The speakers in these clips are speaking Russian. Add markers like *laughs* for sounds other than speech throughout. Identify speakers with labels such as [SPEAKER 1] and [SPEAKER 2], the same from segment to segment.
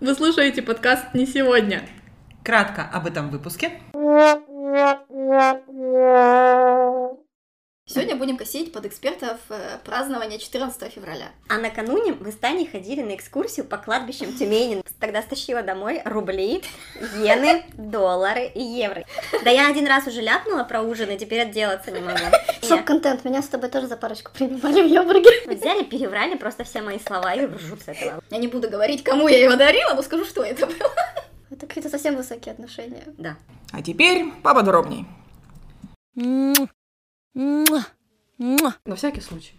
[SPEAKER 1] Вы слушаете подкаст «Не сегодня».
[SPEAKER 2] Кратко об этом выпуске.
[SPEAKER 3] Сегодня будем косить под экспертов э, празднования 14 февраля.
[SPEAKER 4] А накануне мы с Таней ходили на экскурсию по кладбищам Тюмени. Тогда стащила домой рубли, иены, доллары и евро. Да я один раз уже ляпнула про ужин, и теперь отделаться не могу. Я-
[SPEAKER 3] Шок-контент, меня с тобой тоже за парочку принимали в Йобурге.
[SPEAKER 4] Взяли, переврали просто все мои слова и ржут с этого.
[SPEAKER 3] Я не буду говорить, кому я его дарила, но скажу, что это было.
[SPEAKER 5] Это какие-то совсем высокие отношения.
[SPEAKER 4] Да.
[SPEAKER 6] А теперь поподробней.
[SPEAKER 7] На всякий случай.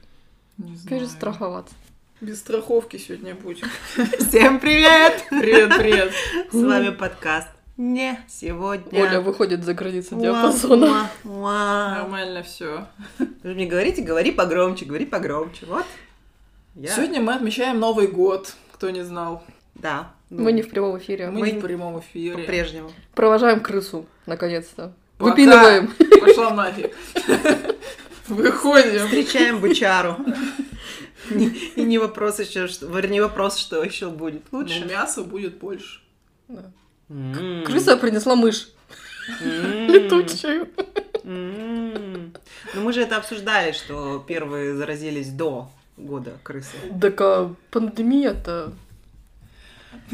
[SPEAKER 2] Не знаю.
[SPEAKER 7] Перестраховаться.
[SPEAKER 1] Без страховки сегодня будем.
[SPEAKER 2] Всем привет!
[SPEAKER 1] Привет, привет.
[SPEAKER 2] С вами подкаст «Не сегодня».
[SPEAKER 7] *laughs* Оля выходит за границы
[SPEAKER 2] Муа,
[SPEAKER 7] диапазона.
[SPEAKER 2] муа, муа.
[SPEAKER 1] Нормально все.
[SPEAKER 2] Вы же мне говорите, говори погромче, говори погромче. Вот. Я-
[SPEAKER 1] Сегодня мы отмечаем Новый год. Кто не знал,
[SPEAKER 2] Да. ну,
[SPEAKER 7] Мы не в прямом эфире.
[SPEAKER 1] мы,
[SPEAKER 7] Мы
[SPEAKER 1] не в прямом эфире.
[SPEAKER 2] по-прежнему.
[SPEAKER 7] провожаем крысу, наконец-то.
[SPEAKER 1] Пока.
[SPEAKER 7] Выпинываем.
[SPEAKER 1] *laughs* Пошла нафиг.
[SPEAKER 2] *laughs*
[SPEAKER 1] Выходим.
[SPEAKER 2] Встречаем бычару. И не вопрос еще, что... Вернее, вопрос, что еще будет
[SPEAKER 1] Ну,
[SPEAKER 2] лучше.
[SPEAKER 1] мяса будет больше.
[SPEAKER 2] М.
[SPEAKER 7] Крыса принесла мышь
[SPEAKER 2] М.
[SPEAKER 7] летучую.
[SPEAKER 2] М. Ну, мы же это обсуждали, что первые заразились до года крысы.
[SPEAKER 7] Так а пандемия-то...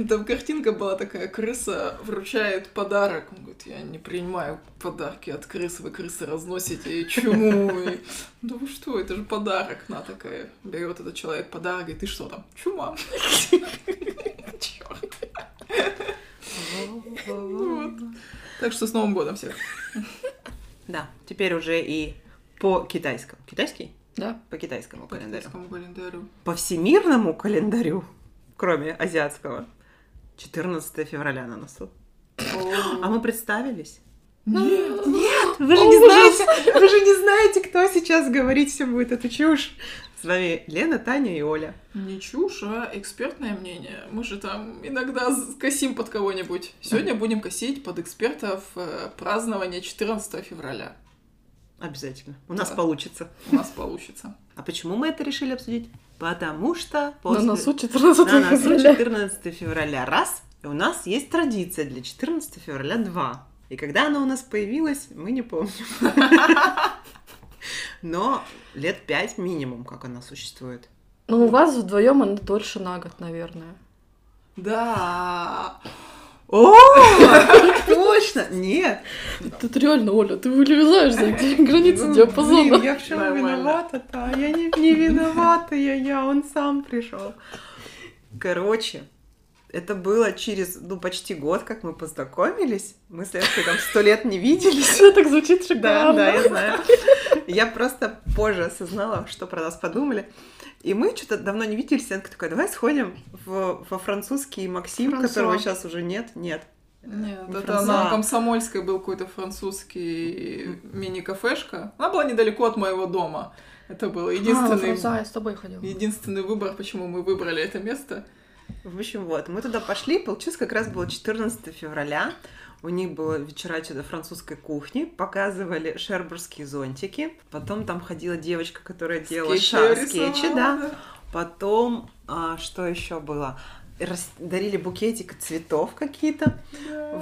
[SPEAKER 1] Там картинка была такая, крыса вручает подарок. Он говорит, я не принимаю подарки от крыс, вы крысы разносите,
[SPEAKER 2] *laughs*
[SPEAKER 1] и чуму. и- Да вы что, это же подарок. На такая, берет этот человек подарок, и ты что там, чума. Чёрт. Вот. Так что с Новым годом всех.
[SPEAKER 2] Да, теперь уже и по китайскому. Китайский?
[SPEAKER 7] Да.
[SPEAKER 2] По китайскому
[SPEAKER 1] По
[SPEAKER 2] календарю.
[SPEAKER 1] китайскому календарю.
[SPEAKER 2] По всемирному календарю, кроме азиатского, 14 февраля на носу. А мы представились. Ну, Нет, вы же не знаете, *laughs* вы же не знаете, кто сейчас говорит все будет эту чушь. С вами Лена, Таня и Оля.
[SPEAKER 1] Не чушь, а экспертное мнение. Мы же там иногда з- косим под кого-нибудь. Сегодня будем косить под экспертов э, празднования 14 февраля.
[SPEAKER 2] Обязательно. У нас
[SPEAKER 1] Да.
[SPEAKER 2] получится.
[SPEAKER 1] У нас получится.
[SPEAKER 2] А почему мы это решили обсудить? Потому что
[SPEAKER 7] На
[SPEAKER 2] после...
[SPEAKER 7] носу 14
[SPEAKER 2] на носу
[SPEAKER 7] февраля.
[SPEAKER 2] 14 февраля раз, и у нас есть традиция для 14 февраля два. И когда она у нас появилась, мы не помним. *laughs* Но лет пять минимум, как она существует.
[SPEAKER 7] Ну, у вас вдвоем она дольше на год, наверное.
[SPEAKER 1] Да.
[SPEAKER 7] *laughs*
[SPEAKER 2] О, точно! Нет!
[SPEAKER 7] Тут реально, Оля, ты вылезаешь за границы
[SPEAKER 2] Ну, Блин,
[SPEAKER 7] диапазона. *laughs*
[SPEAKER 2] я в чем
[SPEAKER 1] Нормально.
[SPEAKER 2] виновата-то? А Я не, не виновата, я, я, он сам пришел. Короче, это было через, ну, почти год, как мы познакомились. Мы с Ленкой там сто лет не виделись.
[SPEAKER 7] Все так звучит
[SPEAKER 2] *laughs* Да, да,
[SPEAKER 7] шикарно.
[SPEAKER 2] я знаю. Я просто позже осознала, что про нас подумали. И мы что-то давно не виделись. Ленка такая, давай сходим в- во французский Максим,
[SPEAKER 1] Франсуа.
[SPEAKER 2] которого сейчас уже нет. Нет.
[SPEAKER 1] Нет,
[SPEAKER 2] Ну,
[SPEAKER 1] это
[SPEAKER 2] француз.
[SPEAKER 1] на Комсомольской был какой-то французский мини-кафешка. Она была недалеко от моего дома. Это был
[SPEAKER 7] А,
[SPEAKER 1] единственный,
[SPEAKER 7] Фрунзе, я с тобой ходила.
[SPEAKER 1] единственный выбор, почему мы выбрали это место.
[SPEAKER 2] В общем, вот. Мы туда пошли. Получилось, как раз было 14 февраля. У них было вечера что-то французской кухни. Показывали шербурские зонтики. Потом там ходила девочка, которая делала
[SPEAKER 1] Скетчи
[SPEAKER 2] ша-
[SPEAKER 1] рисовала,
[SPEAKER 2] скетчи, да. Потом, а, что еще было? Рас- Дарили букетик цветов какие-то.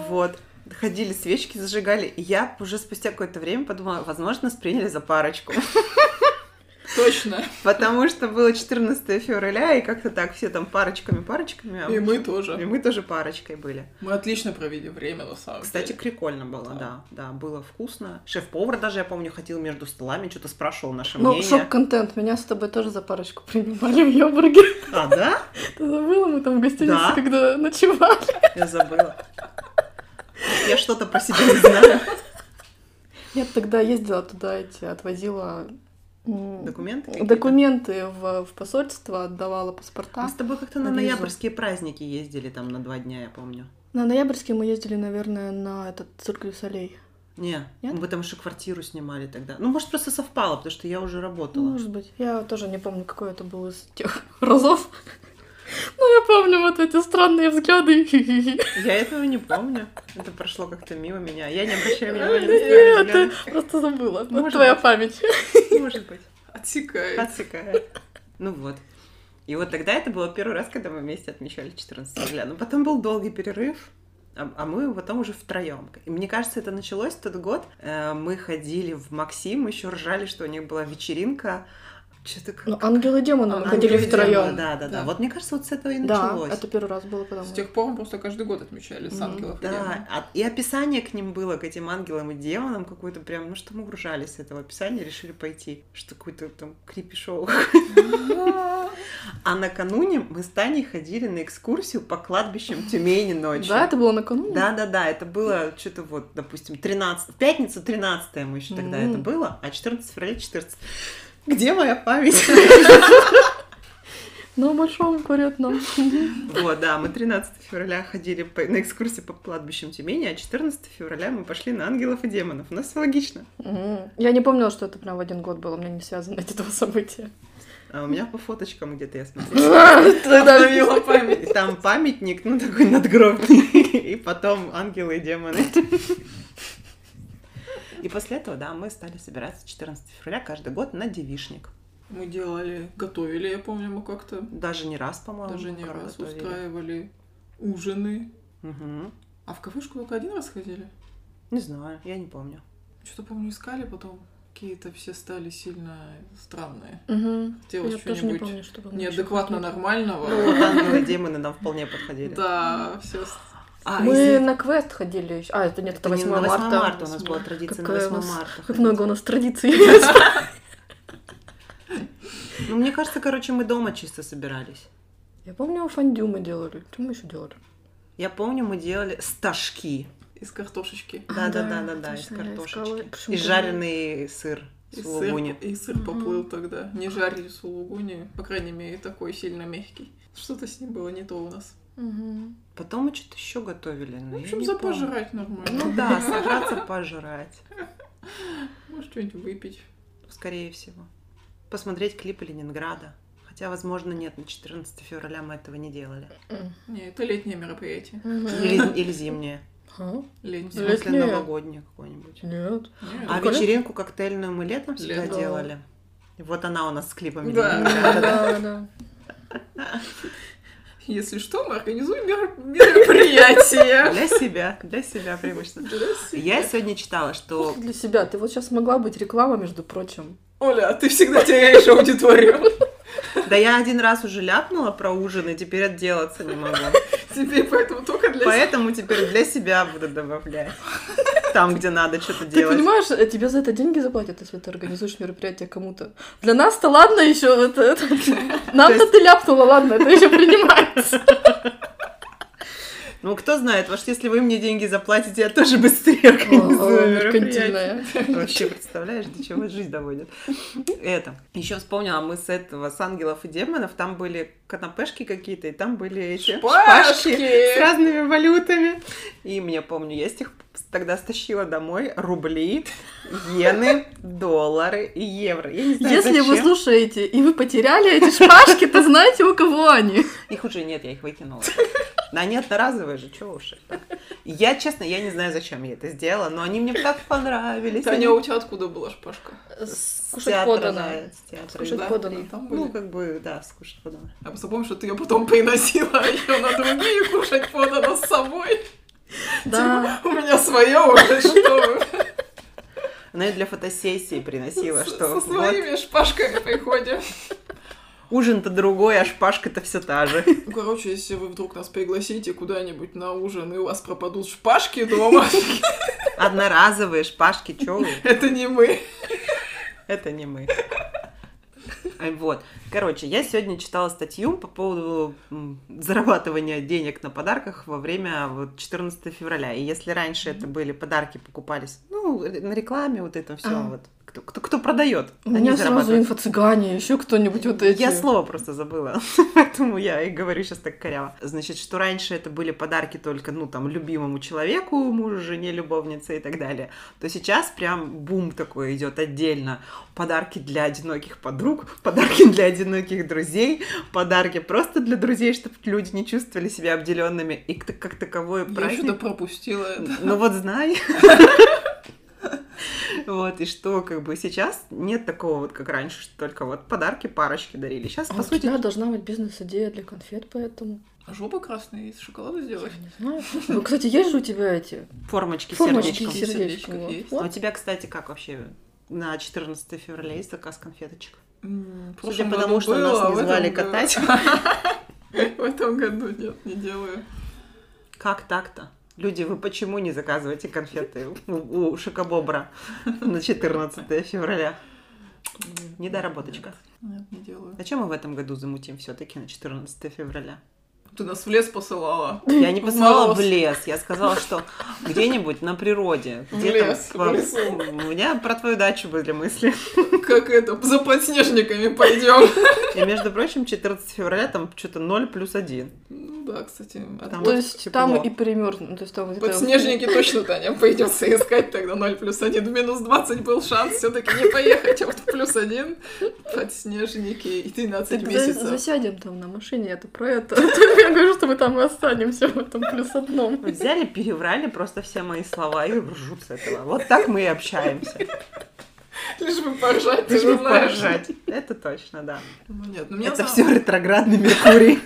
[SPEAKER 2] Вот. Ходили свечки, зажигали. И я уже спустя какое-то время подумала, возможно, нас приняли за парочку. *laughs*
[SPEAKER 1] Точно.
[SPEAKER 2] Потому что было 14 февраля, и как-то так все там парочками-парочками. а
[SPEAKER 1] И мы
[SPEAKER 2] И
[SPEAKER 1] тоже.
[SPEAKER 2] мы тоже парочкой были. Мы
[SPEAKER 1] Мы отлично провели время, на самом
[SPEAKER 2] Кстати,
[SPEAKER 1] деле.
[SPEAKER 2] прикольно было, да.
[SPEAKER 1] Да.
[SPEAKER 2] Да, было вкусно. Шеф-повар даже, я помню, ходил между столами, что-то спрашивал наше
[SPEAKER 7] Ну,
[SPEAKER 2] мнение.
[SPEAKER 7] шок-контент. Меня с тобой тоже за парочку принимали в Йобурге.
[SPEAKER 2] А, да?
[SPEAKER 7] *laughs* Ты забыла? Мы там в гостинице,
[SPEAKER 2] Да.
[SPEAKER 7] когда *laughs* ночевали.
[SPEAKER 2] Я забыла. Я что-то про себя не знаю.
[SPEAKER 7] Я тогда ездила туда, эти, отвозила м,
[SPEAKER 2] Документы? какие-то?
[SPEAKER 7] документы в, в посольство, отдавала
[SPEAKER 2] Мы
[SPEAKER 7] паспорта.
[SPEAKER 2] с тобой как-то на
[SPEAKER 7] Вижу.
[SPEAKER 2] ноябрьские праздники ездили там на два дня, я помню.
[SPEAKER 7] На ноябрьский мы ездили, наверное, на этот цирк Дю солей.
[SPEAKER 2] Не,
[SPEAKER 7] Нет?
[SPEAKER 2] мы там еще квартиру снимали тогда. Ну, может, просто совпало, потому что я уже работала.
[SPEAKER 7] Ну, Может быть. Я тоже не помню, какой это был из тех *laughs* разов. Но я помню вот эти странные взгляды. *laughs*
[SPEAKER 2] Я этого не помню. Это прошло как-то мимо меня. Я не обращаю внимания на
[SPEAKER 7] Нет,
[SPEAKER 2] странные
[SPEAKER 7] ты
[SPEAKER 2] взгляды.
[SPEAKER 7] просто забыла. Вот
[SPEAKER 2] Может
[SPEAKER 7] твоя
[SPEAKER 2] быть.
[SPEAKER 7] память.
[SPEAKER 2] Может быть.
[SPEAKER 1] Отсекает.
[SPEAKER 2] Отсекает. Ну вот. И вот тогда это было первый раз, когда мы вместе отмечали 14 февраля. Но потом был долгий перерыв, а, а мы потом уже втроем. И мне кажется, это началось в тот год. Э, мы ходили в Максим, еще ржали, что у них была вечеринка. Что-то как...
[SPEAKER 7] Ну, ангелы и демоны
[SPEAKER 2] А,
[SPEAKER 7] мы ходили
[SPEAKER 1] Ангелы и
[SPEAKER 7] втроем.
[SPEAKER 1] демоны,
[SPEAKER 2] да, да, да.
[SPEAKER 1] да.
[SPEAKER 2] Вот мне кажется, вот с этого и
[SPEAKER 7] Да,
[SPEAKER 2] началось.
[SPEAKER 7] это первый раз было, когда мы...
[SPEAKER 1] С тех пор мы просто каждый год отмечали с
[SPEAKER 7] Мгм.
[SPEAKER 1] ангелов. и демонов.
[SPEAKER 2] Да, а- и описание к ним было, к этим ангелам и демонам, какое-то прям, ну что мы ужались с этого описания, решили пойти, что какое-то там крипи-шоу. *laughs* А накануне мы с Таней ходили на экскурсию по кладбищам Тюмени ночью.
[SPEAKER 7] Да, это было накануне?
[SPEAKER 2] Да, да, да, это было что-то вот, допустим, 13, в пятницу 13 мы еще тогда
[SPEAKER 7] Мгм.
[SPEAKER 2] это было, а 14 февраля 14. Где моя память?
[SPEAKER 7] На большом
[SPEAKER 2] *laughs*
[SPEAKER 7] конкретном.
[SPEAKER 2] Вот, да, мы 13 февраля ходили по- на экскурсии по кладбищам Тюмени, а 14 февраля мы пошли на ангелов и демонов. У нас все логично.
[SPEAKER 7] Мгм. Я не помнила, что это прям в один год было, мне не связано эти два
[SPEAKER 2] *laughs*
[SPEAKER 7] события.
[SPEAKER 2] А у меня по фоточкам где-то я *laughs* смотрела.
[SPEAKER 7] Остановила
[SPEAKER 2] И там памятник, ну такой надгробный, и потом ангелы и демоны. И после этого, да, мы стали собираться 14 февраля каждый год на девишник.
[SPEAKER 1] Мы делали, готовили, я помню, мы как-то
[SPEAKER 2] Даже не раз, по-моему.
[SPEAKER 1] даже не
[SPEAKER 2] как
[SPEAKER 1] раз
[SPEAKER 2] готовили.
[SPEAKER 1] устраивали ужины.
[SPEAKER 2] Мгм.
[SPEAKER 1] А в кафешку только один раз ходили?
[SPEAKER 2] Не знаю, я не помню.
[SPEAKER 1] Что-то, помню, искали потом. Какие-то все стали сильно странные.
[SPEAKER 7] Я
[SPEAKER 1] Хотелось
[SPEAKER 7] тоже не
[SPEAKER 1] чего-нибудь
[SPEAKER 7] помню, что было.
[SPEAKER 1] неадекватно
[SPEAKER 2] Ну,
[SPEAKER 1] нормального.
[SPEAKER 2] вот ангелы и демоны нам вполне подходили.
[SPEAKER 1] Да, все.
[SPEAKER 2] А,
[SPEAKER 7] Мы
[SPEAKER 2] извините,
[SPEAKER 7] на квест ходили еще. А, это нет, это
[SPEAKER 2] это не
[SPEAKER 7] 8
[SPEAKER 2] на 8
[SPEAKER 7] марта.
[SPEAKER 2] марта. У нас была традиция на
[SPEAKER 7] Какая у
[SPEAKER 2] 8
[SPEAKER 7] нас-
[SPEAKER 2] марта.
[SPEAKER 7] Как
[SPEAKER 2] ходить.
[SPEAKER 7] много у нас традиций.
[SPEAKER 2] *laughs* Ну, мне кажется, короче, мы дома чисто собирались.
[SPEAKER 7] Я помню, фондю мы делали. Что мы еще делали?
[SPEAKER 2] Я помню, мы делали стажки.
[SPEAKER 1] Из картошечки.
[SPEAKER 2] Да, да, да, да, да, из
[SPEAKER 7] точно, я искала.
[SPEAKER 2] картошечки.
[SPEAKER 7] Почему
[SPEAKER 2] И
[SPEAKER 7] бы
[SPEAKER 2] жареный сыр
[SPEAKER 1] И
[SPEAKER 2] с
[SPEAKER 1] сыр,
[SPEAKER 2] лугуни.
[SPEAKER 1] и сыр поплыл тогда. Не жарили сулугуни, по крайней мере, такой сильно мягкий. Что-то с ним было не то у нас.
[SPEAKER 2] Потом мы что-то еще готовили.
[SPEAKER 1] В
[SPEAKER 2] но я
[SPEAKER 1] общем,
[SPEAKER 2] не
[SPEAKER 1] за
[SPEAKER 2] помню.
[SPEAKER 1] пожрать нормально.
[SPEAKER 2] Ну да, сажаться пожрать,
[SPEAKER 1] Может, что-нибудь выпить.
[SPEAKER 2] скорее всего. Посмотреть клипы Ленинграда. Хотя, возможно, нет, на 14 февраля мы этого не делали.
[SPEAKER 1] Не, это летнее мероприятие.
[SPEAKER 2] Или, или зимнее.
[SPEAKER 7] А?
[SPEAKER 2] В
[SPEAKER 1] Летнее.
[SPEAKER 7] Ле-
[SPEAKER 2] смысле,
[SPEAKER 7] Летнее.
[SPEAKER 2] новогоднее какое-нибудь.
[SPEAKER 7] Нет.
[SPEAKER 1] Нет.
[SPEAKER 2] А
[SPEAKER 7] Прикольно.
[SPEAKER 2] вечеринку коктейльную мы летом всегда
[SPEAKER 1] Летом.
[SPEAKER 2] делали. Вот она у нас с клипами.
[SPEAKER 1] Да.
[SPEAKER 2] Ленинграда.
[SPEAKER 7] Да, да.
[SPEAKER 1] Если что, мы организуем мер- мероприятие.
[SPEAKER 2] Для себя, для себя преимущественно. Я сегодня читала, что
[SPEAKER 7] Просто для себя. Ты вот сейчас могла быть реклама, между прочим.
[SPEAKER 1] Оля, а ты всегда теряешь аудиторию.
[SPEAKER 2] Да я один раз уже ляпнула про ужин, и теперь отделаться не могу.
[SPEAKER 1] Теперь поэтому только для себя.
[SPEAKER 2] Поэтому теперь для себя буду добавлять. Там, где надо что-то
[SPEAKER 7] Ты
[SPEAKER 2] делать.
[SPEAKER 7] понимаешь, э, тебе за это деньги заплатят, если ты организуешь мероприятие кому-то. Для нас-то ладно еще. это-
[SPEAKER 2] *laughs*
[SPEAKER 7] это- Нам-то ты ляпнула, ладно, это еще принимается.
[SPEAKER 2] Ну, кто знает, может, если вы мне деньги заплатите, я тоже быстрее
[SPEAKER 7] О,
[SPEAKER 2] организую мероприятие.
[SPEAKER 7] Меркантильная.
[SPEAKER 2] Вообще, представляешь, до чего жизнь доводит. Это. Еще вспомнила, мы с этого, с ангелов и демонов, там были канапешки какие-то, и там были эти
[SPEAKER 1] Шпажки.
[SPEAKER 2] шпажки с разными валютами. И мне, помню, я с тех тогда стащила домой рубли, иены, доллары и евро. Я не знаю,
[SPEAKER 7] Если вы
[SPEAKER 2] зачем.
[SPEAKER 7] слушаете, и вы потеряли эти шпажки, то знаете, у кого они.
[SPEAKER 2] Их уже нет, я их выкинула. Да они одноразовые же, чего уж это. Я, честно, я не знаю, зачем я это сделала, но они мне так понравились.
[SPEAKER 1] Таня, а
[SPEAKER 2] они
[SPEAKER 1] у тебя откуда была шпажка?
[SPEAKER 2] с
[SPEAKER 7] Кушать
[SPEAKER 2] театра,
[SPEAKER 7] подано.
[SPEAKER 2] да, с театра.
[SPEAKER 7] Скушать
[SPEAKER 2] Да.
[SPEAKER 7] подано.
[SPEAKER 1] Там были.
[SPEAKER 2] Ну, как бы, да, скушать подано.
[SPEAKER 1] А запомни, что ты ее потом приносила, а ее на другие кушать подано с собой.
[SPEAKER 7] Да.
[SPEAKER 1] У меня свое
[SPEAKER 2] *laughs*
[SPEAKER 1] уже, что вы.
[SPEAKER 2] Она и для фотосессии приносила,
[SPEAKER 1] С-
[SPEAKER 2] что
[SPEAKER 1] Со
[SPEAKER 2] вот,
[SPEAKER 1] своими шпажками приходим.
[SPEAKER 2] ужин-то другой, а шпажка-то все та же.
[SPEAKER 1] Ну, Короче, если вы вдруг нас пригласите куда-нибудь на ужин, и у вас пропадут шпажки дома,
[SPEAKER 2] Одноразовые шпажки, чё вы?
[SPEAKER 1] это не мы.
[SPEAKER 2] Это не мы. Ай, Вот. Короче, я сегодня читала статью по поводу м, зарабатывания денег на подарках во время вот 14 февраля. И если раньше это были подарки, покупались, ну, р- на рекламе вот это все,
[SPEAKER 7] А.
[SPEAKER 2] вот. Кто, кто, кто продает,
[SPEAKER 7] У меня
[SPEAKER 2] они
[SPEAKER 7] сразу
[SPEAKER 2] зарабатывают.
[SPEAKER 7] инфо-цыгане, еще кто-нибудь вот эти.
[SPEAKER 2] Я слово просто забыла, *laughs* поэтому я и говорю сейчас так коряво. Значит, что раньше это были подарки только, ну, там, любимому человеку, мужу, жене, любовнице и так далее, то сейчас прям бум такой идет отдельно. Подарки для одиноких подруг, подарки для одиноких друзей, подарки просто для друзей, чтобы люди не чувствовали себя обделенными. И к- как таковое
[SPEAKER 1] Я что-то
[SPEAKER 2] праздник...
[SPEAKER 1] пропустила это.
[SPEAKER 2] Ну вот знай. Вот, и что, как бы, сейчас нет такого вот, как раньше, что только вот подарки парочки дарили. Сейчас,
[SPEAKER 7] А
[SPEAKER 2] по
[SPEAKER 7] у
[SPEAKER 2] сути,
[SPEAKER 7] тебя должна быть бизнес-идея для конфет, поэтому...
[SPEAKER 1] Жопа красная А из шоколада
[SPEAKER 7] Я
[SPEAKER 1] сделать.
[SPEAKER 7] не знаю. Ну, кстати, есть же у тебя эти
[SPEAKER 2] формочки с
[SPEAKER 7] формочки
[SPEAKER 2] сердечком.
[SPEAKER 7] и сердечко.
[SPEAKER 1] Сердечко
[SPEAKER 7] вот.
[SPEAKER 1] есть.
[SPEAKER 2] А у
[SPEAKER 7] Вот.
[SPEAKER 2] тебя, кстати, как вообще на 14 февраля есть заказ конфеточек?
[SPEAKER 1] М, в
[SPEAKER 2] Судя
[SPEAKER 1] прошлом
[SPEAKER 2] по
[SPEAKER 1] году
[SPEAKER 2] тому, что
[SPEAKER 1] было,
[SPEAKER 2] нас
[SPEAKER 1] а
[SPEAKER 2] не
[SPEAKER 1] в этом
[SPEAKER 2] звали
[SPEAKER 1] году-
[SPEAKER 2] катать.
[SPEAKER 1] В этом году *laughs* нет, не делаю.
[SPEAKER 2] Как так-то? Люди, вы почему не заказываете конфеты у, у Шокобобра на 14 февраля? Недоработочка.
[SPEAKER 1] Нет, не делаю.
[SPEAKER 2] Зачем мы в этом году замутим все-таки на 14 февраля?
[SPEAKER 1] Ты нас в лес посылала.
[SPEAKER 2] Я не
[SPEAKER 1] В
[SPEAKER 2] послала в
[SPEAKER 1] мороз.
[SPEAKER 2] лес, я сказала, что где-нибудь на природе.
[SPEAKER 1] В
[SPEAKER 2] где там
[SPEAKER 1] лес, в
[SPEAKER 2] во-
[SPEAKER 1] лесу.
[SPEAKER 2] У меня про твою дачу были мысли.
[SPEAKER 1] Как это, за подснежниками пойдем.
[SPEAKER 2] И, между прочим, 14 февраля там что-то 0 плюс 1.
[SPEAKER 1] Ну да, кстати,
[SPEAKER 2] Там
[SPEAKER 1] от-
[SPEAKER 7] То
[SPEAKER 2] А вот типа,
[SPEAKER 7] есть
[SPEAKER 2] тепло.
[SPEAKER 7] там и примерзну. То есть там где-то-
[SPEAKER 1] Подснежники точно, Таня, придется искать тогда 0 плюс 1. В минус 20 был шанс все-таки не поехать, а вот в плюс 1 подснежники и 13
[SPEAKER 7] Так за-
[SPEAKER 1] месяцев.
[SPEAKER 7] засядем там на машине, это про это. *laughs* А Я говорю, что мы там и останемся в этом плюс одном.
[SPEAKER 2] Вот Взяли, переврали просто все мои слова и ржут с этого. Вот так мы и общаемся.
[SPEAKER 1] Лишь бы поржать, ты
[SPEAKER 2] Лишь
[SPEAKER 1] же
[SPEAKER 2] бы
[SPEAKER 1] знаешь.
[SPEAKER 2] поржать. Это точно, да.
[SPEAKER 1] Ну нет, ну меня
[SPEAKER 2] Это
[SPEAKER 1] там,
[SPEAKER 2] все ретроградный
[SPEAKER 1] *laughs*
[SPEAKER 2] Меркурий,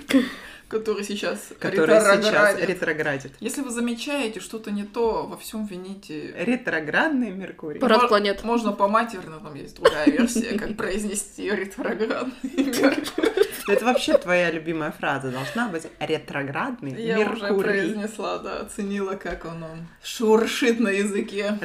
[SPEAKER 1] который сейчас
[SPEAKER 2] который сейчас
[SPEAKER 1] ретроградит.
[SPEAKER 2] ретроградит.
[SPEAKER 1] Если вы замечаете что-то не то, во всем вините.
[SPEAKER 2] Ретроградный Меркурий.
[SPEAKER 7] Парад
[SPEAKER 1] Мож-
[SPEAKER 7] планет.
[SPEAKER 1] Можно по-матерно, там есть другая версия,
[SPEAKER 2] *laughs*
[SPEAKER 1] как произнести ретроградный Меркурий.
[SPEAKER 2] Ну, Это вообще твоя любимая фраза должна быть ретроградный
[SPEAKER 1] Я уже
[SPEAKER 2] Меркурий.
[SPEAKER 1] произнесла, да, оценила, как он он шуршит на языке.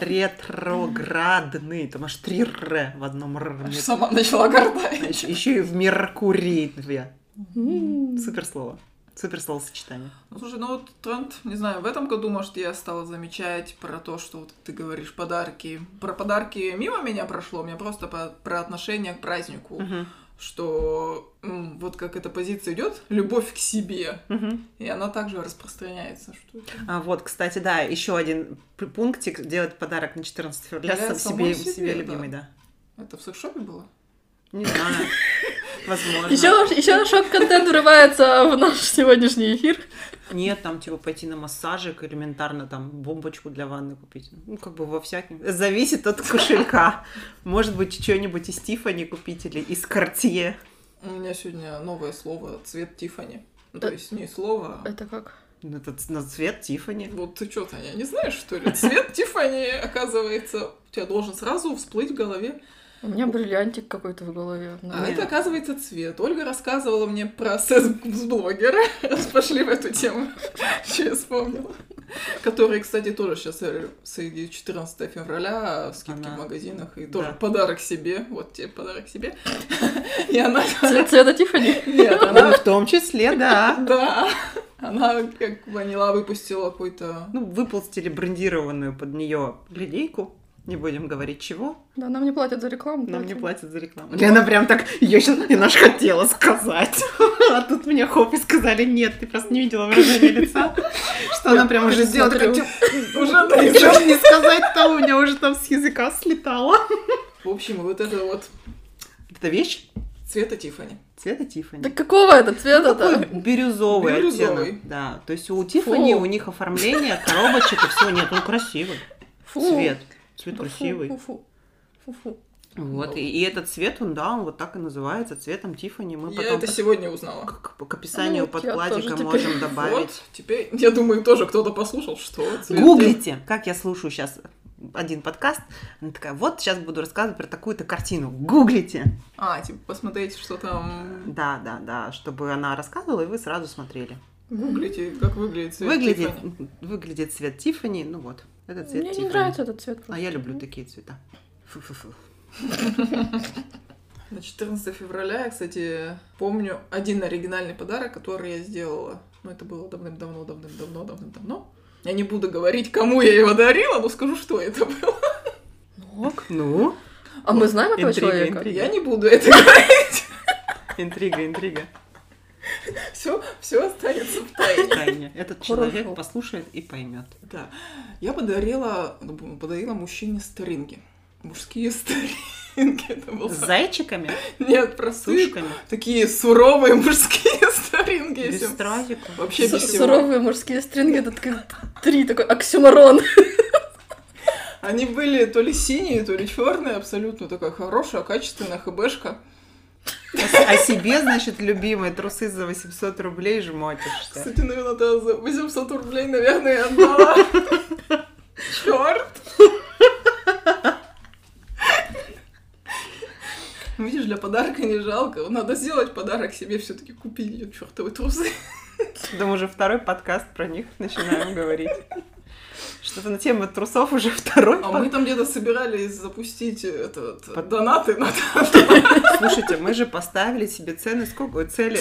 [SPEAKER 2] Ретроградный. Там аж три р в одном р.
[SPEAKER 1] Аж Сама начала гордаить.
[SPEAKER 2] Еще и в Меркурии две.
[SPEAKER 7] М.
[SPEAKER 2] Супер слово. Супер словосочетание.
[SPEAKER 1] Ну, слушай, ну вот тренд, не знаю, в этом году, может, я стала замечать про то, что вот ты говоришь подарки. Про подарки мимо меня прошло, у меня просто по- про отношение к празднику.
[SPEAKER 2] Мгм.
[SPEAKER 1] Что м, вот как эта позиция идет, любовь к себе.
[SPEAKER 2] Мгм.
[SPEAKER 1] И она также распространяется. Что это?
[SPEAKER 2] А вот, кстати, да, еще один п- пунктик делать подарок на 14 февраля
[SPEAKER 1] Для
[SPEAKER 2] сам
[SPEAKER 1] самой
[SPEAKER 2] себе,
[SPEAKER 1] себе,
[SPEAKER 2] себе
[SPEAKER 1] да.
[SPEAKER 2] любимый, да.
[SPEAKER 1] Это в секшопе было?
[SPEAKER 2] Не знаю. *laughs* Возможно.
[SPEAKER 7] Еще, еще шок-контент врывается в наш сегодняшний эфир.
[SPEAKER 2] Нет, там типа пойти на массажик, элементарно там бомбочку для ванны купить. Ну, как бы во всяких. Зависит от кошелька. Может быть, что-нибудь из Тифани купить или из Картье.
[SPEAKER 1] У меня сегодня новое слово цвет Тифани. То есть не слово, а
[SPEAKER 7] Это как?
[SPEAKER 2] Ну, Это ц- на цвет Тифани.
[SPEAKER 1] вот ты что, Таня, не знаешь, что ли? Цвет Тифани, оказывается, у тебя должен сразу всплыть в голове
[SPEAKER 7] У меня бриллиантик какой-то в голове. Ну,
[SPEAKER 1] А
[SPEAKER 7] *laughs*
[SPEAKER 2] Нет.
[SPEAKER 1] это, оказывается, цвет. Ольга рассказывала мне про секс-блогера. *laughs* Раз Пошли в эту тему. *laughs* Что я вспомнила. Который, кстати, тоже сейчас среди 14 февраля скидки
[SPEAKER 2] Она-
[SPEAKER 1] в магазинах. И
[SPEAKER 2] да.
[SPEAKER 1] тоже подарок себе. Вот тебе подарок
[SPEAKER 2] *laughs*
[SPEAKER 1] себе. И она...
[SPEAKER 2] Типа.
[SPEAKER 7] Цвет цвета Тиффани.
[SPEAKER 1] Нет,
[SPEAKER 2] Ну,
[SPEAKER 1] она...
[SPEAKER 2] в том числе, да.
[SPEAKER 1] Да. Она, как поняла, выпустила какой-то...
[SPEAKER 2] Ну, выпустили брендированную под нее линейку. Не будем говорить чего.
[SPEAKER 7] Да, нам не платят за рекламу.
[SPEAKER 2] Нам не
[SPEAKER 7] платим.
[SPEAKER 2] платят за рекламу. Лена прям так, я сейчас, я наш хотела сказать. А тут мне хоп и сказали, нет, ты просто не видела выражение лица. Что она прям уже сделала. такая,
[SPEAKER 7] смотрю.
[SPEAKER 2] «Тю, Уже ничего не сказать-то, у меня уже там с языка слетало.
[SPEAKER 1] В общем, вот это вот
[SPEAKER 2] Это вещь
[SPEAKER 1] цвета Тифани.
[SPEAKER 2] цвета Тиффани.
[SPEAKER 7] Да какого это
[SPEAKER 2] Такой
[SPEAKER 7] цвета-то?
[SPEAKER 2] бирюзовый,
[SPEAKER 1] Бирюзовый.
[SPEAKER 2] оттенок. Да, то есть у Тиффани, у них оформление, коробочек и все. Нет, ну красивый
[SPEAKER 7] Фу.
[SPEAKER 2] цвет. Цвет
[SPEAKER 7] Фу,
[SPEAKER 2] красивый.
[SPEAKER 7] Фу-фу. Фу-фу.
[SPEAKER 2] Вот, и, и этот цвет, он, да, он вот так и называется, цветом Тиффани. Мы
[SPEAKER 1] Я
[SPEAKER 2] потом
[SPEAKER 1] это сегодня узнала.
[SPEAKER 2] к, к- к описанию
[SPEAKER 7] Ну, *laughs* вот я
[SPEAKER 2] подкладика
[SPEAKER 7] тоже
[SPEAKER 2] можем добавить.
[SPEAKER 1] Вот, теперь, я думаю, тоже кто-то послушал, что цвет
[SPEAKER 2] Гуглите, как я слушаю сейчас один подкаст, она такая, вот сейчас буду рассказывать про такую-то картину. Гуглите!
[SPEAKER 1] А, типа, посмотреть, что там...
[SPEAKER 2] Да, да, да, чтобы она рассказывала, и вы сразу смотрели.
[SPEAKER 1] Гуглите, как выглядит цвет
[SPEAKER 2] выглядит,
[SPEAKER 1] Тиффани.
[SPEAKER 2] выглядит цвет Тиффани, ну вот, это цвет
[SPEAKER 7] Мне не
[SPEAKER 2] Тиффани.
[SPEAKER 7] нравится этот цвет.
[SPEAKER 2] А я люблю такие цвета. Фу-фу-фу.
[SPEAKER 1] На 14 февраля я, кстати, помню один оригинальный подарок, который я сделала. Ну, это было давным-давно, давным-давно, давным-давно. Я не буду говорить, кому я его дарила, но скажу, что это было.
[SPEAKER 2] Ну,
[SPEAKER 7] А мы знаем этого
[SPEAKER 2] Интрига,
[SPEAKER 7] человека?
[SPEAKER 2] интрига.
[SPEAKER 1] Я не буду это говорить.
[SPEAKER 2] интрига, интрига.
[SPEAKER 1] Все, все останется в тайне.
[SPEAKER 2] Тайне. Этот
[SPEAKER 7] Хорошо.
[SPEAKER 2] человек послушает и поймет.
[SPEAKER 1] Да. Я подарила, ну, подарила мужчине стринги. Мужские стринги. Это было...
[SPEAKER 2] С зайчиками,
[SPEAKER 1] Нет, простые.
[SPEAKER 2] сушками,
[SPEAKER 1] Такие суровые мужские *laughs* стринги.
[SPEAKER 2] без
[SPEAKER 1] если-
[SPEAKER 2] стразиков.
[SPEAKER 1] Вообще без
[SPEAKER 7] Су-
[SPEAKER 1] всего.
[SPEAKER 7] Суровые мужские стринги, это такой три такой оксюмарон.
[SPEAKER 1] Они были то ли синие, то ли черные, абсолютно такая хорошая, качественная хбшка.
[SPEAKER 2] А себе, значит, любимые трусы за 800 рублей жмотишься.
[SPEAKER 1] Кстати, наверное, да, за 800 рублей, наверное, я отдала. Черт! Видишь, для подарка не жалко. Надо сделать подарок себе, все-таки купили чертовы трусы.
[SPEAKER 2] Думаю, уже второй подкаст про них начинаем говорить. Что-то на тему трусов уже второй.
[SPEAKER 1] А
[SPEAKER 2] под-
[SPEAKER 1] мы там где-то собирались запустить этот э,
[SPEAKER 2] Под-
[SPEAKER 1] донаты *laughs* на
[SPEAKER 2] Слушайте, мы же поставили себе цены сколько? Ой, Цели.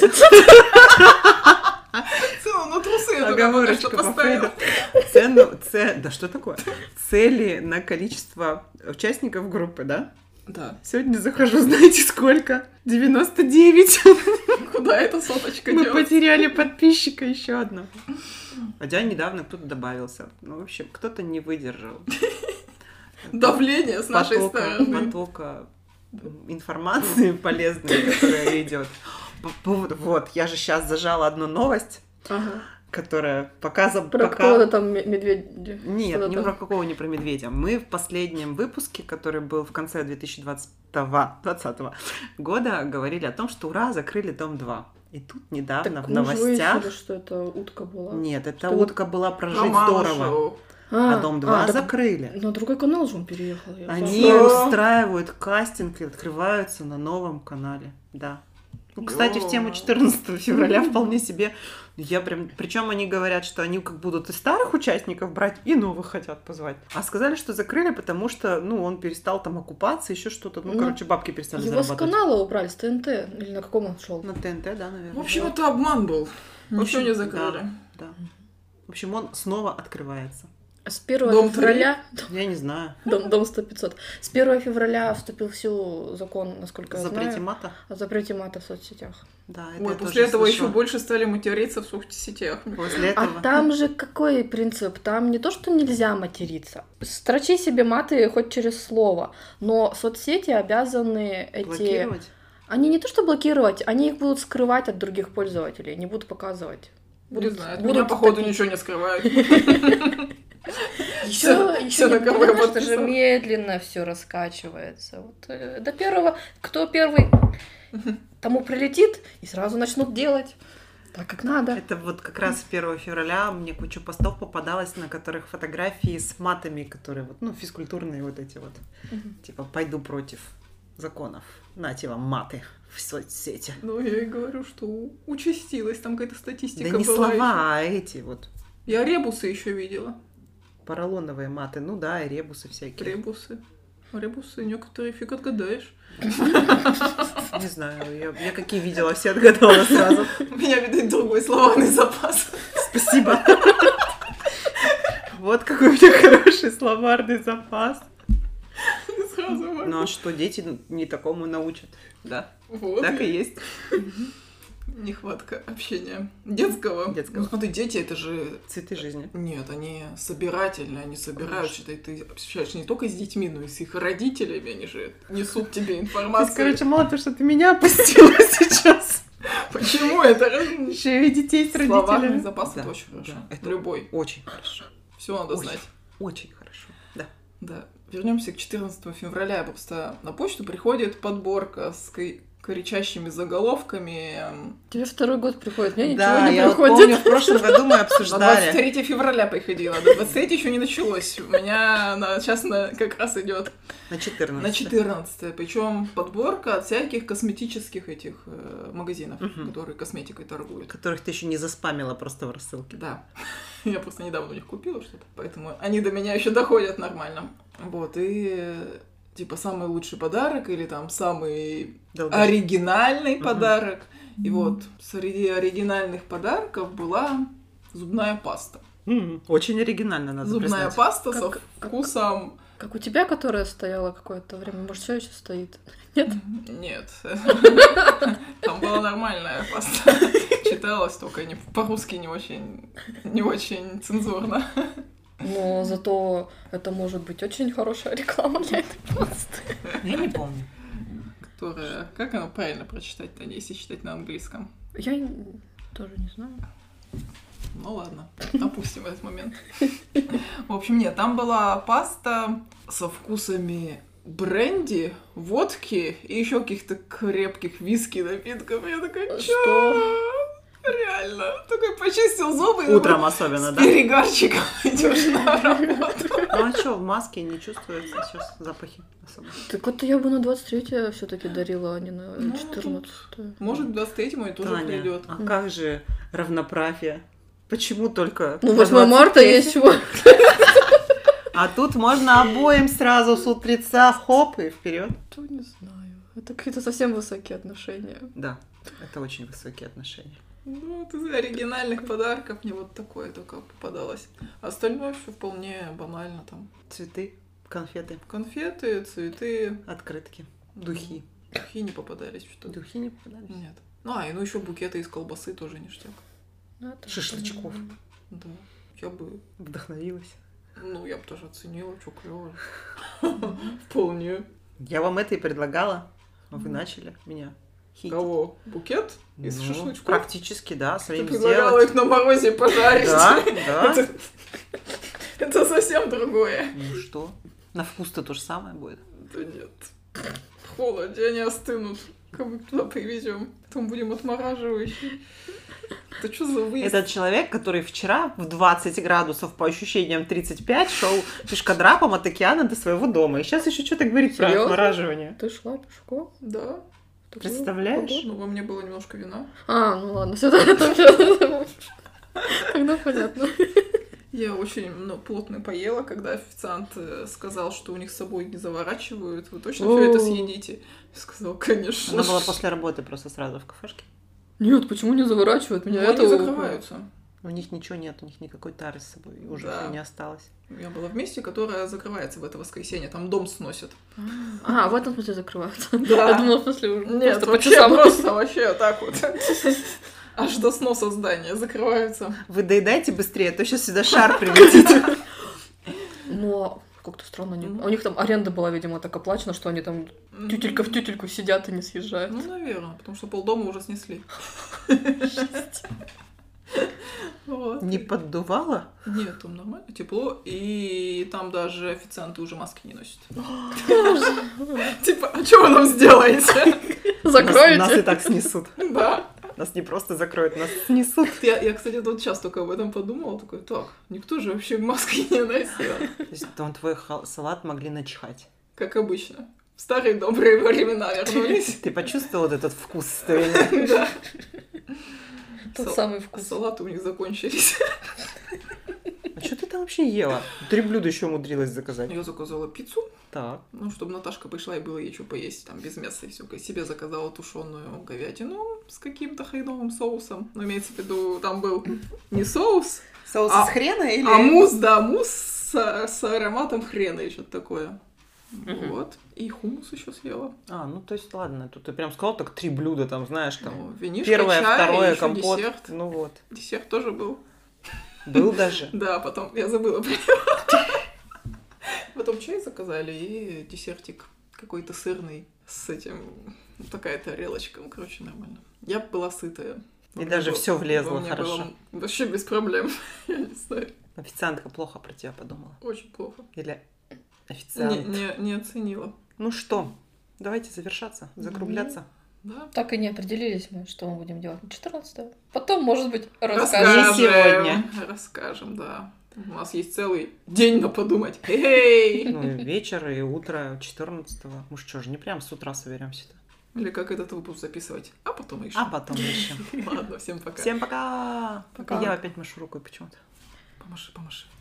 [SPEAKER 1] цену на трусы. я только пока что
[SPEAKER 2] Оговорочка по
[SPEAKER 1] поставила.
[SPEAKER 2] Фрейду. Цену, це- да что такое? Цели на количество участников группы, да?
[SPEAKER 1] Да.
[SPEAKER 2] Сегодня захожу, знаете сколько? 99.
[SPEAKER 1] Куда эта соточка
[SPEAKER 2] Мы
[SPEAKER 1] делась?
[SPEAKER 2] потеряли подписчика еще одного. Хотя недавно кто-то добавился. Ну, в общем, кто-то
[SPEAKER 7] *laughs*
[SPEAKER 2] не выдержал.
[SPEAKER 1] Давление с нашей
[SPEAKER 2] потока,
[SPEAKER 1] стороны.
[SPEAKER 2] потока информации полезной, которая идет. По поводу- Вот, я же сейчас зажала одну новость,
[SPEAKER 7] Ага.
[SPEAKER 2] которая показом
[SPEAKER 7] Про
[SPEAKER 2] пока-
[SPEAKER 7] какого-то там ме- медведя.
[SPEAKER 2] Нет,
[SPEAKER 7] Что-то
[SPEAKER 2] не
[SPEAKER 7] там.
[SPEAKER 2] про какого, не про медведя. Мы в последнем выпуске, который был в конце 2020 20 года, говорили о том, что ура, закрыли дом 2. И тут
[SPEAKER 7] Так
[SPEAKER 2] недавно в
[SPEAKER 7] мы же
[SPEAKER 2] новостях...
[SPEAKER 7] выяснили, что это утка была.
[SPEAKER 2] Нет, это
[SPEAKER 7] Что вот-
[SPEAKER 2] утка была прожить
[SPEAKER 1] Роман
[SPEAKER 2] здорово.
[SPEAKER 1] шоу.
[SPEAKER 2] А дом 2
[SPEAKER 7] так
[SPEAKER 2] закрыли.
[SPEAKER 7] На другой канал же он переехал. я
[SPEAKER 2] Они
[SPEAKER 7] знаю.
[SPEAKER 2] устраивают кастинг и открываются на новом канале. Да. Ну, кстати, в тему
[SPEAKER 1] Ё-моё. *laughs*
[SPEAKER 2] 14 февраля вполне себе. Я прям. Причем они говорят, что они как будут и старых участников брать, и новых хотят позвать. А сказали, что закрыли, потому что, ну, он перестал там окупаться, еще что-то. Ну,
[SPEAKER 7] Ну,
[SPEAKER 2] короче, бабки перестали
[SPEAKER 7] Его с
[SPEAKER 2] зарабатывать.
[SPEAKER 7] канала убрали, с ТНТ. Или на каком он шел?
[SPEAKER 2] На ТНТ, да, наверное.
[SPEAKER 1] В общем, это обман был.
[SPEAKER 2] общем,
[SPEAKER 1] Ничего не закрыли.
[SPEAKER 2] Да. В общем, он снова открывается.
[SPEAKER 7] С 1
[SPEAKER 1] Дом
[SPEAKER 7] февраля...
[SPEAKER 2] Я не знаю.
[SPEAKER 7] Дом, дом 100-500. С 1 февраля вступил в силу закон, насколько я
[SPEAKER 2] Запрети
[SPEAKER 7] знаю,
[SPEAKER 2] мата.
[SPEAKER 7] о запрете мата в соцсетях.
[SPEAKER 2] Да, это
[SPEAKER 1] Ой,
[SPEAKER 2] я
[SPEAKER 1] после
[SPEAKER 2] тоже
[SPEAKER 1] этого еще
[SPEAKER 2] слышала.
[SPEAKER 1] больше стали материться в соцсетях.
[SPEAKER 2] После этого.
[SPEAKER 7] А там же какой принцип? Там не то, что нельзя материться. Строчи себе маты хоть через слово, но соцсети обязаны эти...
[SPEAKER 2] Блокировать.
[SPEAKER 7] Они не то, что блокировать, они их будут скрывать от других пользователей, не будут показывать.
[SPEAKER 1] Не знаю, от
[SPEAKER 7] будут
[SPEAKER 1] меня, походу,
[SPEAKER 7] такие-
[SPEAKER 1] ничего не скрывают.
[SPEAKER 7] Всё,
[SPEAKER 1] *laughs* Всё-
[SPEAKER 7] ещё
[SPEAKER 1] всё
[SPEAKER 7] не
[SPEAKER 1] на кого я
[SPEAKER 7] потому, что же
[SPEAKER 1] подписана.
[SPEAKER 7] медленно все раскачивается. Вот, э, до первого, кто
[SPEAKER 1] *laughs*
[SPEAKER 7] первый, тому прилетит, и сразу начнут делать так, как надо.
[SPEAKER 2] Это вот как раз 1 февраля мне куча постов попадалось, на которых фотографии с матами, которые вот, ну, физкультурные вот эти вот. Типа, пойду против законов. Нате вам маты в соцсети.
[SPEAKER 1] Ну, я и говорю, что участилась, там какая-то статистика
[SPEAKER 2] да не
[SPEAKER 1] была ещё.
[SPEAKER 2] слова, а эти вот
[SPEAKER 1] Я ребусы еще видела.
[SPEAKER 2] поролоновые маты. Ну да, и ребусы всякие.
[SPEAKER 1] Ребусы. Ребусы, некоторые фиг отгадаешь.
[SPEAKER 2] Не знаю, я, я какие видела, все отгадала сразу.
[SPEAKER 1] У меня, видать, другой словарный запас.
[SPEAKER 2] Спасибо. *laughs* Вот какой у меня хороший словарный запас.
[SPEAKER 1] И *laughs* Сразу вот.
[SPEAKER 2] Ну а что, дети не такому научат. Да,
[SPEAKER 1] Вот.
[SPEAKER 2] так и есть.
[SPEAKER 1] Нехватка общения детского.
[SPEAKER 2] Детского.
[SPEAKER 1] Ну, смотри, дети, это же
[SPEAKER 2] Цветы жизни.
[SPEAKER 1] Нет, они собирательные, они собирают что-то, и ты общаешься не только с детьми, но и с их родителями, они же несут
[SPEAKER 2] *laughs*
[SPEAKER 1] тебе
[SPEAKER 2] Ты,
[SPEAKER 1] информацию.
[SPEAKER 2] короче, мало того, что ты меня опустила *laughs* сейчас, *laughs*
[SPEAKER 1] Почему это раз-
[SPEAKER 2] еще и детей с
[SPEAKER 1] словарный
[SPEAKER 2] родителями.
[SPEAKER 1] запас?
[SPEAKER 2] Да,
[SPEAKER 1] Это очень хорошо.
[SPEAKER 2] да, это-
[SPEAKER 1] Любой.
[SPEAKER 2] Очень хорошо.
[SPEAKER 1] Все надо
[SPEAKER 2] Очень.
[SPEAKER 1] знать.
[SPEAKER 2] Очень хорошо. Да.
[SPEAKER 1] Да. Вернемся к 14 февраля. Просто на почту приходит подборка с кри- кричащими заголовками. эм,
[SPEAKER 7] Тебе второй год приходит, мне ничего
[SPEAKER 2] да,
[SPEAKER 7] не
[SPEAKER 2] я вот
[SPEAKER 7] приходит.
[SPEAKER 2] помню, в прошлом году мы
[SPEAKER 1] На
[SPEAKER 2] обсуждали.
[SPEAKER 1] 23 февраля приходила, до 23 еще не началось. У меня она сейчас на, как раз идет
[SPEAKER 2] На 14.
[SPEAKER 1] На 14 Причем подборка от всяких косметических этих э, магазинов,
[SPEAKER 2] Мгм.
[SPEAKER 1] которые косметикой торгуют.
[SPEAKER 2] Которых ты еще не заспамила просто в рассылке.
[SPEAKER 1] Да. *laughs* Я просто недавно у них купила что-то, поэтому они до меня еще доходят нормально. Вот, и э, типа самый лучший подарок или там самый
[SPEAKER 2] Долго.
[SPEAKER 1] оригинальный
[SPEAKER 2] Мгм.
[SPEAKER 1] подарок. И вот среди оригинальных подарков была зубная паста.
[SPEAKER 2] М, Очень оригинально, надо
[SPEAKER 1] зубная
[SPEAKER 2] признать.
[SPEAKER 1] паста со
[SPEAKER 7] Как- как-
[SPEAKER 1] вкусом...
[SPEAKER 7] Как у тебя, которая стояла какое-то время, может, все еще стоит.
[SPEAKER 1] Нет. Там была нормальная паста. Читалась только не, по-русски не очень, не очень цензурно.
[SPEAKER 7] Но зато это может быть очень хорошая реклама для этой пасты.
[SPEAKER 2] Я не
[SPEAKER 1] *laughs*
[SPEAKER 2] помню.
[SPEAKER 1] Которая, как она правильно прочитать-то, если читать на английском?
[SPEAKER 7] Я н- тоже не знаю.
[SPEAKER 1] Ну ладно, опустим этот момент. В общем, нет, там была паста со вкусами бренди, водки и еще каких-то крепких виски напитков. Я такая, что? Реально. Такой почистил зубы и
[SPEAKER 2] Утром особенно,
[SPEAKER 1] такой, с
[SPEAKER 2] да?
[SPEAKER 1] перегарчиком
[SPEAKER 2] *laughs*
[SPEAKER 1] идешь на работу.
[SPEAKER 2] Ну а что, в маске не чувствуется сейчас запахи особо.
[SPEAKER 7] Так вот я бы на 23 все-таки дарила, а не на Ну,
[SPEAKER 1] Ну,
[SPEAKER 7] 14
[SPEAKER 1] Может, к 23-му и тоже
[SPEAKER 2] Таня,
[SPEAKER 1] придет.
[SPEAKER 2] а как же равноправие? Почему только
[SPEAKER 7] Ну,
[SPEAKER 2] по
[SPEAKER 7] 8 марта
[SPEAKER 2] 23?
[SPEAKER 7] есть чего.
[SPEAKER 2] А тут можно обоим сразу с утреца, хоп, и вперед.
[SPEAKER 7] То не знаю. Это какие-то совсем высокие отношения.
[SPEAKER 2] Да, это очень высокие отношения.
[SPEAKER 1] Ну, вот из оригинальных подарков мне вот такое только попадалось. Остальное все вполне банально. Там
[SPEAKER 2] Цветы, конфеты,
[SPEAKER 1] конфеты, цветы.
[SPEAKER 2] открытки, духи.
[SPEAKER 1] Духи не попадались что-то.
[SPEAKER 2] Духи не попадались.
[SPEAKER 1] Нет. Ну, а, и ну еще букеты из колбасы тоже ништяк.
[SPEAKER 7] Ну,
[SPEAKER 2] Шашлычков.
[SPEAKER 1] Да. Я бы,
[SPEAKER 2] Вдохновилась.
[SPEAKER 1] ну, я бы тоже оценила, что клево. Вполне.
[SPEAKER 2] Я вам это и предлагала, но вы начали меня. хейтить.
[SPEAKER 1] Кого? Букет из
[SPEAKER 2] Ну,
[SPEAKER 1] шашлычков?
[SPEAKER 2] Практически, да,
[SPEAKER 1] Ты
[SPEAKER 2] своим
[SPEAKER 1] *laughs* предлагала
[SPEAKER 2] сделать.
[SPEAKER 1] их на морозе пожарить.
[SPEAKER 2] Да, да.
[SPEAKER 1] *laughs* Это- Это совсем другое.
[SPEAKER 2] Ну что? На вкус-то то же самое будет.
[SPEAKER 1] Да нет. В холоде они остынут. Кого туда привезем. Потом будем отмораживать. Это что за выезд?
[SPEAKER 2] Этот человек, который вчера в 20 градусов, по ощущениям 35, шел пешкодрапом от океана до своего дома. И сейчас еще что-то говорит про
[SPEAKER 7] Серьёзно?
[SPEAKER 2] отмораживание.
[SPEAKER 7] Ты шла пешком?
[SPEAKER 1] Да.
[SPEAKER 7] В такую
[SPEAKER 2] Представляешь?
[SPEAKER 1] Ну, во мне было немножко вина.
[SPEAKER 7] погоду? А, ну ладно, *laughs* все это уже- Тогда понятно.
[SPEAKER 1] Я очень ну, плотно поела, когда официант э, сказал, что у них с собой не заворачивают. Вы точно все это
[SPEAKER 7] О.
[SPEAKER 1] съедите? Я сказала, конечно.
[SPEAKER 2] Она была после работы просто сразу в кафешке.
[SPEAKER 7] Нет, почему не заворачивают?
[SPEAKER 1] Ну,
[SPEAKER 7] Меня
[SPEAKER 1] они
[SPEAKER 7] это...
[SPEAKER 1] закрываются.
[SPEAKER 2] У них ничего нет, у них никакой тары с собой уже
[SPEAKER 1] Да.
[SPEAKER 2] не осталось.
[SPEAKER 1] Я была в месте, которое закрывается в это воскресенье. Там дом сносят.
[SPEAKER 7] А, в этом смысле закрываются. *laughs*
[SPEAKER 1] Да.
[SPEAKER 7] Я думала, в смысле уже
[SPEAKER 1] Нет,
[SPEAKER 7] просто по
[SPEAKER 1] вообще
[SPEAKER 7] часам.
[SPEAKER 1] просто вообще так вот. *laughs* Аж до сноса здания закрываются.
[SPEAKER 2] Вы доедайте быстрее, а то сейчас сюда шар прилетит. *laughs*
[SPEAKER 7] Но как-то странно. они-
[SPEAKER 1] Мгм.
[SPEAKER 7] У них там аренда была, видимо, так оплачена, что они там тютелька в тютельку сидят и не съезжают. *laughs*
[SPEAKER 1] Ну, наверное, потому что полдома уже снесли. Вот.
[SPEAKER 2] Не поддувало?
[SPEAKER 1] Нет, там нормально, тепло, и там даже официанты уже маски
[SPEAKER 7] *gasps*
[SPEAKER 1] не носят. *laughs* Типа, а что вы нам сделаете? *laughs*
[SPEAKER 7] Закроете?
[SPEAKER 2] Нас, нас и так снесут.
[SPEAKER 1] Да.
[SPEAKER 2] Нас не просто закроют, нас снесут.
[SPEAKER 1] Я, я, кстати, вот сейчас только об этом подумала, такой, так, никто же вообще маски не носил,
[SPEAKER 2] То есть там твой хал- салат могли начихать.
[SPEAKER 1] как обычно. В старые добрые времена вернулись.
[SPEAKER 2] Ты почувствовал вот этот вкус стояния?
[SPEAKER 1] Да.
[SPEAKER 7] Тот
[SPEAKER 1] Сал-
[SPEAKER 7] самый вкус.
[SPEAKER 1] Салаты у них закончились. *laughs*
[SPEAKER 2] А что ты там вообще ела? Три блюда еще умудрилась заказать.
[SPEAKER 1] Я заказала пиццу,
[SPEAKER 2] Так.
[SPEAKER 1] Ну, чтобы Наташка пришла и было ей что поесть, там, без мяса и все. Себе заказала тушеную говядину с каким-то хреновым соусом. Ну, имеется в виду, там был не соус,
[SPEAKER 2] Соус
[SPEAKER 1] А-
[SPEAKER 2] из хрена или...
[SPEAKER 1] а мусс, да, мусс с, с ароматом хрена и что-то такое.
[SPEAKER 2] Мгм.
[SPEAKER 1] Вот. И хумус еще съела.
[SPEAKER 2] А, ну то есть ладно, тут ты прям сказал так три блюда, там знаешь,
[SPEAKER 1] Ну,
[SPEAKER 2] там
[SPEAKER 1] винишко,
[SPEAKER 2] первое,
[SPEAKER 1] чай,
[SPEAKER 2] второе,
[SPEAKER 1] ещё
[SPEAKER 2] компот.
[SPEAKER 1] десерт.
[SPEAKER 2] Ну вот.
[SPEAKER 1] Десерт тоже был.
[SPEAKER 2] Был даже.
[SPEAKER 1] Да, потом я забыла про него. *laughs* Потом чай заказали и десертик какой-то сырный с этим ну, такая тарелочка, ну, короче, нормально. Я была сытая.
[SPEAKER 2] И даже
[SPEAKER 1] Во-
[SPEAKER 2] всё влезло
[SPEAKER 1] во мне
[SPEAKER 2] хорошо.
[SPEAKER 1] было Вообще без проблем. *laughs* Я не знаю,
[SPEAKER 2] Официантка плохо про тебя подумала.
[SPEAKER 1] очень плохо.
[SPEAKER 2] Или официант.
[SPEAKER 1] Не, не- не оценила.
[SPEAKER 2] Ну что, давайте завершаться, закругляться.
[SPEAKER 1] Да.
[SPEAKER 7] Так и не определились мы, что мы будем делать на 14 Потом, может быть, расскажем.
[SPEAKER 1] Расскажем.
[SPEAKER 2] сегодня.
[SPEAKER 1] Расскажем, да. У нас есть целый день на подумать. Эй!
[SPEAKER 2] *laughs* Ну, и вечер и утро 14-го. Мы что же, не прям с утра соберемся-то.
[SPEAKER 1] Или как этот выпуск записывать. А потом еще.
[SPEAKER 2] А потом еще.
[SPEAKER 1] *laughs* Ладно, всем пока.
[SPEAKER 2] Всем пока!
[SPEAKER 7] Пока.
[SPEAKER 2] Я опять машу рукой почему-то.
[SPEAKER 1] Помаши, помаши.